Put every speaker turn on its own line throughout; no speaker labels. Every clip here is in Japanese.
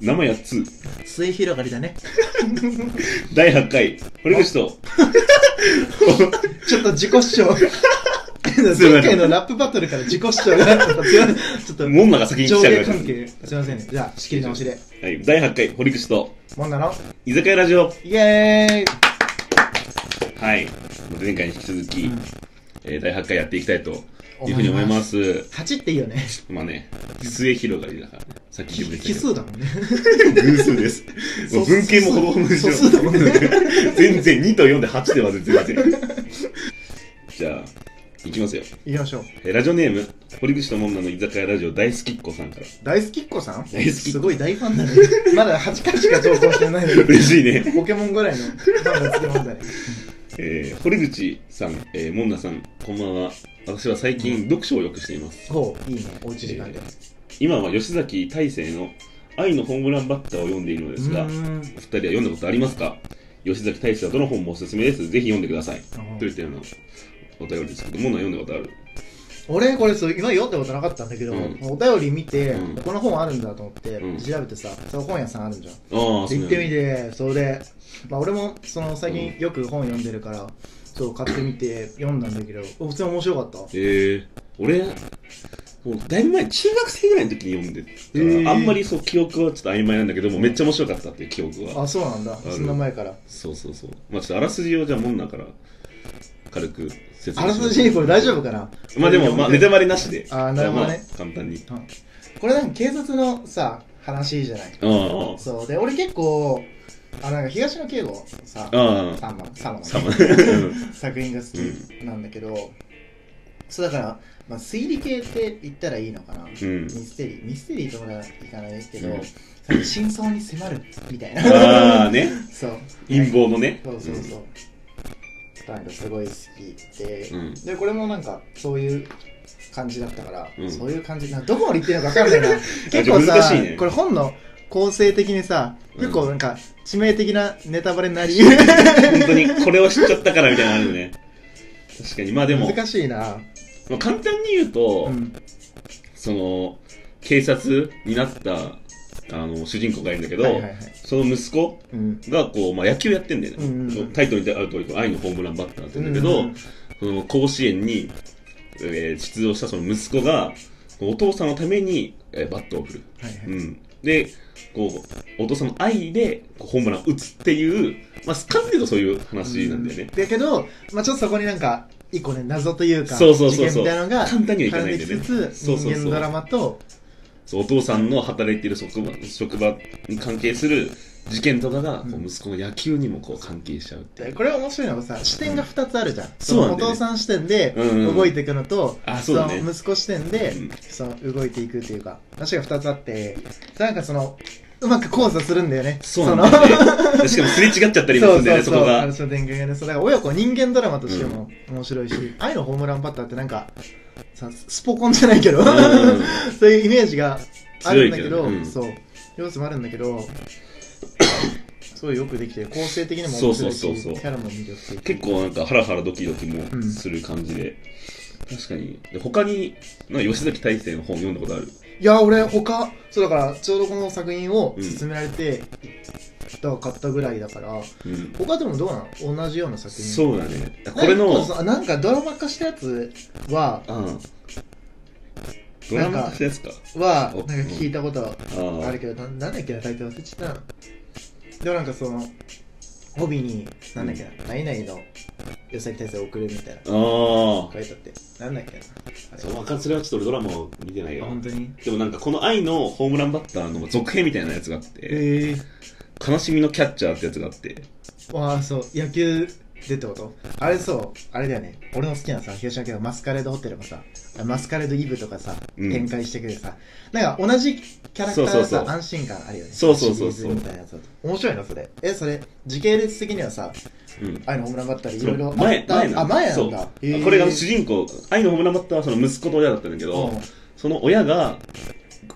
生8つ
末広がりだね。
第8回堀口と
ちょっと自己主 張。
いません
前回のラップバトルから自己主張が、ちょっと強いちょっと
モンナが先に
上
来ちゃ
下
うか
関係。すいませんね。じゃあ、仕切り直しで。
ら、はい、第8回堀口と
もんなの
居酒屋ラジオ
イエーイ
はい前回に引き続き、
うん
えー第8回やっていきたいというふうに思います
8っていいよね。
まあね末広がりだからさっき自分で
奇
言った
数だもんね。
けど偶数です もう文系もほぼほぼ一緒
素数だもんね。
全然2と4で8では全然全然じゃあいきますよ
行きましょう。
えーラジオネーム堀口とモンナの居酒屋ラジオ大好きっ子さんから
大好きっ子さん
大好き
すごい大ファンだね。まだ8回しか投稿してないのに。
嬉しいね
ポケモンぐらいのファンがつけましたね。
えー堀口さん、えー、もんなさん、こんばんは。私は最近読書をよくしています。
ほう、いいね。おうち時間で。
今は吉崎大成の愛のホームランバッターを読んでいるのですが、お
う
二
ーん
人は読んだことありますか吉崎大成はどの本もおすすめです。ぜひ読んでください。といったようなお便りですけど、もんな読んだことある。
俺これそう今読んだことなかったんだけど、
うん
お便り見て、
うん
この本あるんだと思って、
うん
調べてさその本屋さんあるんじゃん
ああ、
で行ってみ
て。
てそれで、まあ、俺もその最近よく本読んでるから、そう買ってみて読んだんだけど普通に面白かった
えー、俺、もうだいぶ前、中学生ぐらいの時に読んでたから、
へー
あんまりそう記憶はちょっと曖昧なんだけども、めっちゃ面白かったっていう記憶は。
あそうなんだ
る
そんな前から
そうそうそう。まあちょっとあらすじをじゃあもんなから軽く説明します
あらすじこれ大丈夫かな
まあでも、まあ、ネタバレなしで。
あーなるほどね
まあ簡単に。
うんこれなんか警察のさ話じゃない
あー
そうで俺結構あなんか東野圭吾さ
あー。あ
さんまさんまの
あ。さま。うん
作品が好きなんだけど、そうだから、まあ、推理系って言ったらいいのか
う
な、
ん
ミ。ステリーミステリーとまだいかないですけど、
うん
その真相に迫るみたい
あ
な
あね。
そう
陰謀のね。
そうそうそう、なんかすごい好きで、
うん
でこれもなんかそういう感じだったから、
うん
そういう感じなんかどこまで言ってるのか分かんない な結
ちょ
構
っと難
さ、
しいね
これ本の構成的にさ結構なんか致命的なネタバレになり、
本当にこれを知っちゃったからみたいなのあるよね。確かに。まあでも、
難しいな、
まあ、簡単に言うと、
うん
その、警察になった、あの、主人公がいるんだけど、
はいはいはい
その息子
うん
が、こう、まあ野球やってんだよね。
うんうんうん
タイトルにある通り、こう愛のホームランバッターって言うんだけど、
うん
その甲子園に、えー出場したその息子が、お父さんのために、えーバットを振る。
はいは
う
い
ん。で、こう、お父さんの愛で、こうホームランを打つっていう、まあ、簡単に言うとそういう話なんだよね。
だけど、まあ、ちょっとそこになんか一個ね謎というか
そうそうそうそう
事件みたいなのが
簡単にはいか
絡
なんいん
で
だ
き
よね。
つつ
そうそうそう
人間のドラマと
そうお父さんの働いてる職場職場に関係する事件とかが、こ
う
うん息子の野球にもこう関係しちゃうっていう。
これ面白いのがさ視点が2つあるじゃん、
そうなんだよ
お
ね
父さん視点で
うんうん
動いていくのと、
あ、そうだね。
の息子視点で、
うん
その動いていくというか話が2つあってなんかそのうまく交差するんだよね
そうなんだよね。しかもすれ違っちゃったりもするんだよね、そ
そうそうそう
こが。
話の展開がねそうだから親子人間ドラマとしても面白いし、愛のホームランバッターってなんかさスポコンじゃないけど、
うん
そういうイメージがあるんだけど
強いけどねうん
そう要素もあるんだけど すごいよくできてる構成的にも
そ
面
うそ
白
う
いし
そうそう
キャラも魅力的
結構なんかハラハラドキドキもする感じで、確かにで他になんか吉崎大成の本読んだことある
いや俺他そうだからちょうどこの作品を勧められて、だから買ったぐらいだから
うん
他でもどうなの同じような作品
そうだねこれ
なんか
の
そうなんかドラマ化したやつは
うんドラマ化したやつか
はな
お
んか聞いたこと
あ
ある
ー
けど、ななんだっけなタイトル忘れちゃったなでもなんかその帯になんだっけな、何々の予算対策を送るみたいな
あー
書いてあってなんだっけなあれ
そうわかそれはちょっと俺ドラマを見てない
あ
よ
本当に
でもなんかこの愛のホームランバッターの続編みたいなやつがあって
ええ
悲しみのキャッチャーってやつがあって
わあそう野球でってことあれそうあれだよね俺の好きなさ広島県のマスカレードホテルもさマスカレードイブとかさ
うん
展開してくるさ、なんか同じキャラクターがさ
そうそうそう
安心感あるよね
そうそうそうそう
シリーズみたいなやつだと面白いなそれえそれ時系列的にはさ
うん
愛のホームランバッターでい
そ
ろ
れ
いろあ
前
った
前な
あ
んだ
前な
そ
ん
う
だ
あこれが主
主
人公愛のホームランバッターはその息子と親だったんだけど
公
その親が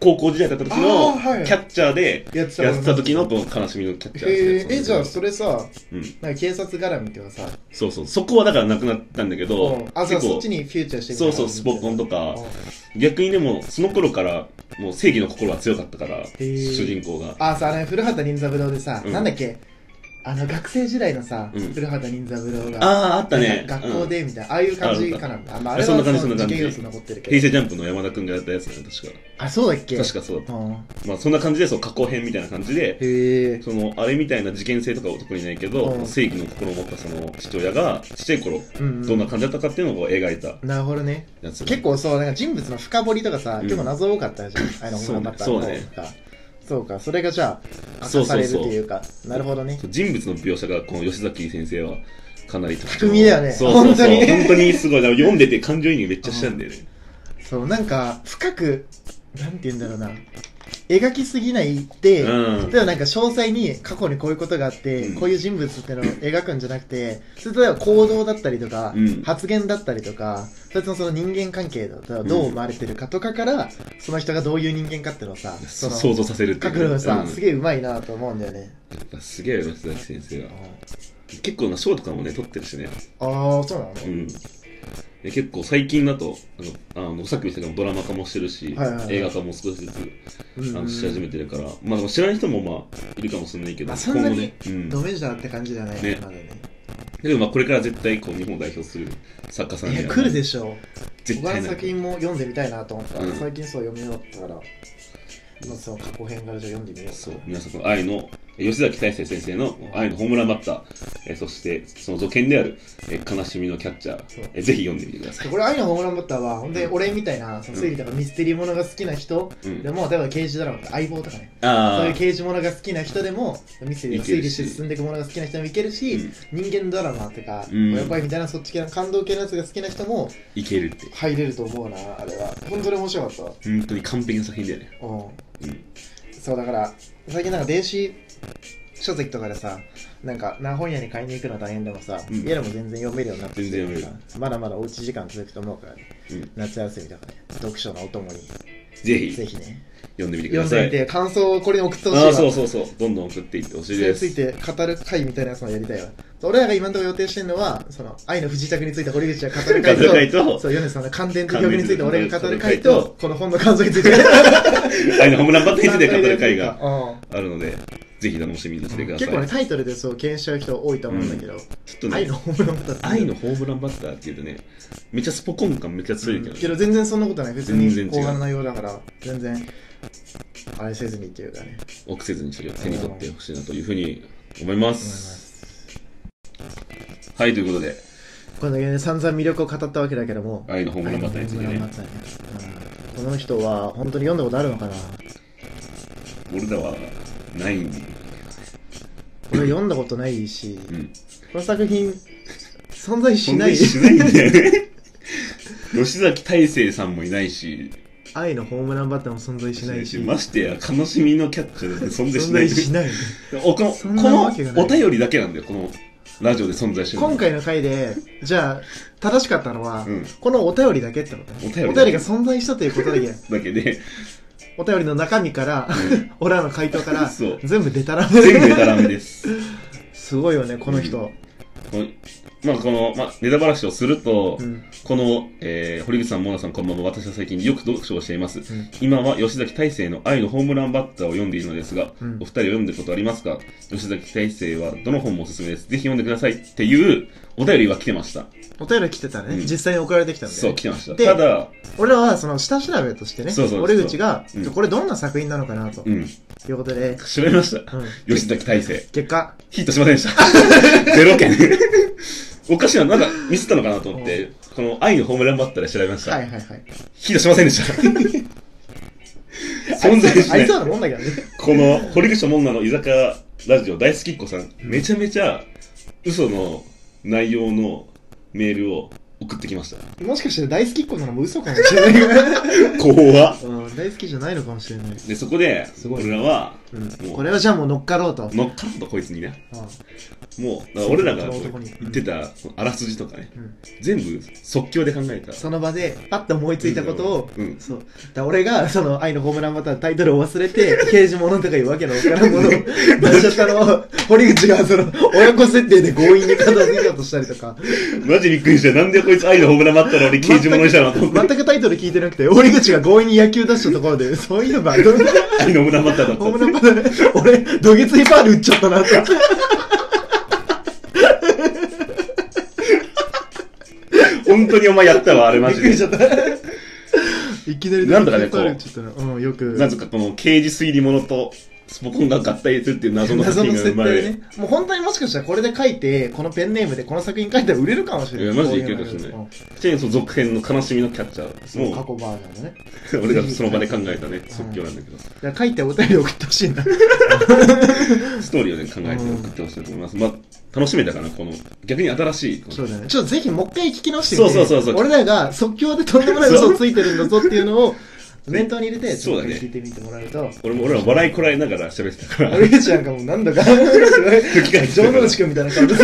高校時代だった時の
あーはい
キャッチャーで
やってた
やってた時のこの悲しみのキャッチャー
へえ
ですね
えじゃあそれさ
うん、
なんか警察絡みっていうかさ
そうそうそこはだからなくなったんだけど
あそう
結
そっ
構
ちにフューチャーして
そうそうスポコンと
あ
か逆にでもその頃からもう正義の心は強かったから、
ー
主人公が。
あさあれ古畑任三郎でさ、
うん
なんだっけあの学生時代のさ、
うん
古畑任三郎が
ああ、あったね。
学校
うん
でみたいな、ああいう感じかなあ,、まあ、あれは
そんな感じ
そ
そんな
の事
感じ
件要素残ってる
平
けど
成ジャンプの山田君がやったやつだね、確か。
あそうだっけ
確かそうだった。
うん
まあそんな感じで、そう、加工編みたいな感じで、
へえ
その、あれみたいな事件性とかは特にないけど、
うん
正義の心を持ったその父親が、ちっちゃい頃、
うんうん
どんな感じだったかっていうのをこう描いた
なるほどね
やつ。
結構そうなんか人物の深掘りとかさ、
うん
結構謎多かったじゃんあの
そう
本った
そうね
かそうかそれがじゃあ明
そうそ
かさ
う
れる
そう
というかなるほどね
そう人物の描写がこの吉崎先生はかなり特徴
巧みだよね
そうそう
本
そ
当
う
にね
本当にすごいだから読んでて感情移入めっちゃしちゃうんだよね
そうなんか深くなんて言うんだろうな描きすぎないで、
うん
例えばなんか詳細に過去にこういうことがあって、
うん
こういう人物ってのを描くんじゃなくてそれと例えば行動だったりとか、
うん
発言だったりとかそれともその人間関係とかどう思われてるかとかから、その人がどういう人間かってのをさ
そ
その
想像させるってい
書
う
くのがさ、
うん
すげえうまいなと思うんだよね
やっぱすげえ吉崎先生は結構な賞とかもね取ってるしね
ああそうなの、
うんで結構最近だとあのあのさっきも言ったけどドラマ化もしてるし、
はいはいはい
映画化も少しずつ
うん
あ
う
の
ん
し始めてるから、まあでも知らない人もまあいるかもしれないけど、
まあそんなに
ね、うん、
ドメジャーって感じじゃない、
ね
まだね
でもまあこれから絶対こう日本を代表する作家さん
い
に
や
は
来るでしょ
絶
他
対
の
な
作
る
品も読んでみたいなと思った、
うん
最近そう読み終わったから、まあ、その過去編からじゃあ読んでみよう
そう、皆さん、この愛の、吉崎大成先生の愛のホームランバッター、えーそしてその続編である、えー悲しみのキャッチャー、えーぜひ読んでみてください。
これ「愛のホームランバッターは」ほんで俺みたいなその推理とかミステリーものが好きな人
うん
でも例えば刑事ドラマとか相棒とかね
あ
そう
あ
いう、刑事ものが好きな人でもミステリーと
いけ
か推
る
理
し
して進んでいくものが好きな人でもいけるし、人間ドラマとか
うん
親子愛みたいなそっち系の感動系のやつが好きな人も
いけるって。
入れると思うなあれは本当に面白かったわ
本当に完璧な作品だよね。
うん
うん
そうだから最近なんか電子書籍とかでさなんかな本屋に買いに行くの大変でもさ、
うん
家でも全然読めるようになってきて
全然
るからまだまだおうち時間続くと思うからね、
うん
夏休みとかね読書のお供に
ぜひ
ぜひね
読んでみてく
読
だ
ん
さ
でみ
い。
て感想をこれに送ってほしい
あ
わ
あ、そうそうそう。どんどん送っていってほしい
それ
で
につい
す。
て語る会みたいなやつもやりたいわ俺らが今のところ予定してるのはその愛の不時着について堀口が語る会
語る会
と
と
そう米さんの関連と曲について俺が語る会
関連
と
と
この本の感想につ いて
愛のホームランバッターについて語る会が
うん
あるので、ぜひ楽しみにしてください。
結構ねタイトルでそう敬遠しちゃう人多いと思うんだけど、
ちょっと
愛
ね
の、ホームランバッターって
愛のホームランバッターっていうとね、めっちゃスポコン感めっちゃ強いけどね
けど全然そんなことない別
全
に
然違
高
う
画の内容だから全然あれせずにっていうかね
臆せずにそれを手に取ってほしいなというふうに思いま。
思いますす
はい、ということで、
こんだけね散々魅力を語ったわけだけども
愛のホームランバッターについて
愛の
ね
ホームランバッ。ターねうんこの人は本当に読んだことあるのかな
俺らはないんで、
俺読んだことないし
うん、
この作品存在しない
しないんだよね 吉崎大成さんもいないし
愛のホームランバッターも存在しないし
ましてや悲しみのキャッチャーで存在し
存
ない
在 しない
おこの
そんなわけがない
このお便りだけなんだよこのラジオで存在してるの
今回の回でじゃあ正しかったのは、
うん
このお便りだけってことね
お便りだけ
が存在したということだ け
だけで
お便りの中身から、俺らの回答から
そう
全部出たら
全部でたらめです
すごいよねこの人、
このまあこの、まあ、ネタばらしをすると、
うん
この、えー堀口さん、モナさん、こんばんは。私は最近よく読書をしています。
ん
今は吉崎大成の愛のホームランバッターを読んでいるのですが、
うん
お二人は読んでることありますか吉崎大成はどの本もおすすめです。ぜひ読んでくださいっていうお便りは来てました。
お便り来てたね、
うん
実際に送られてきたんで
そう、来てました。
で
ただ、
俺らはその下調べとしてね
そうそう
俺口が、
そううん
これどんな作品なのかなと、
うん、
いうことで、
調べました。
うん
吉崎大成。
結果
ヒットしませんで した。ゼロ件。おかしいな、なんかミスったのかなと思って、この愛のホームランバッターで調べました。
はいはいはい
ヒットしませんでした。存在し
あ
ない
りそうなもんだけどね
この堀口もんなの居酒屋ラジオ大好きっ子さん、めちゃめちゃ嘘の内容のメールを送ってきました。
もしかして大好きっ子なのも嘘かもしれな い、
怖っ
うん、大好きじゃないのかもしれない、
で、そこで、
すごい
俺らは、
うん、
もう
これはじゃあもう乗っかろうと、
乗っかったこいつにね、
うん
もう、だから俺らが
そ
こ
うそう
う
そうそう
言ってたあらすじとかね、
うん
全部即興で考えた。
その場でパッと思いついたことを、
うん
そうだから俺がその愛のホームランバッターのタイトルを忘 れて刑事物とかいうわけのわからんものを出しちゃったのを堀口がその親子設定で強引に片付けようとしたりとか
マジびっくりした。なんでここいつ愛のホームランバッターの俺 刑事物にしたなと思って
全くタイトル聞いてなくて、折口が強引に野球出したところで、そういえ ば、ど
愛のホームランバッターだった
ホームランバッターで、俺、土下座ファール打っちゃったなって。
本当にお前やったわあれマ
びっ
ジ
くりしち
で
ゃった。いきなり
なんとかねこう
ファール打っちゃったな。うん、よく。
なぜかこの刑事推理物とスポコンが合体するっていう謎の作
謎
品
の
が生
設
ま
定
れ
ね。もう本当にもしかしたらこれで書いて、このペンネームでこの作品書いたら売れるかもしれない。
いやマジでいけるかもしれない
こ
チェーンソー続編の悲しみのキャッチャ
ういう
ー
のがうん過
も
去バージョンのね。
う俺がその場で考えたね即興なんだけど
じゃあ書いてお便り送ってほしいな。
ストーリーをね考えて送ってほしいと思いますまあ楽しめたかなこの逆に新しいこの
そうだね。ちょっとぜひもう一回聞き直してみて。
そうそうそうそう
俺らが即興でとんでもない嘘をついてるんだぞっていうのを、念頭に入れて、ち
そう
ょっ
だ
と
ね
聞いてみてもらえると。
俺も俺ら笑いこらえながら喋ってたから
俺たちなんかもう何度か、すごい
返して
城
る
之内くんみたいな感じ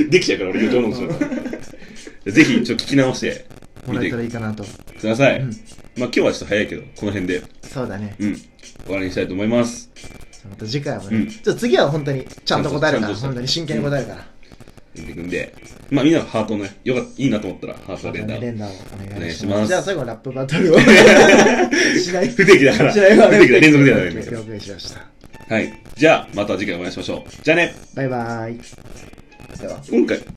で。
できちゃうから俺余剰なんですよぜひちょっと聞き直して
もらえたらいいかなと。
ください、
うん
まあ今日はちょっと早いけどこの辺で
そうだね。
うん終わりにしたいと思います
また次回も
うん
ね。じゃあ次は本当にちゃんと答えるか
ちゃんと
ら、
ちゃんと
本当に真剣に答えるから。
やっていくんでまあみんなのハートのねよかったいいなと思ったらハート
ま
が
た
出
ね
た
連打をお
お願
願
い
い
し
し
ま
ますす。じゃあ最後ラップバ トルを。しない。
不定期だ から
し
不
ないわね
定期だ連続ではないんだけど
了解しました。
はいじゃあまた次回お会いしましょうじゃあね
バイバーイ。では。
今回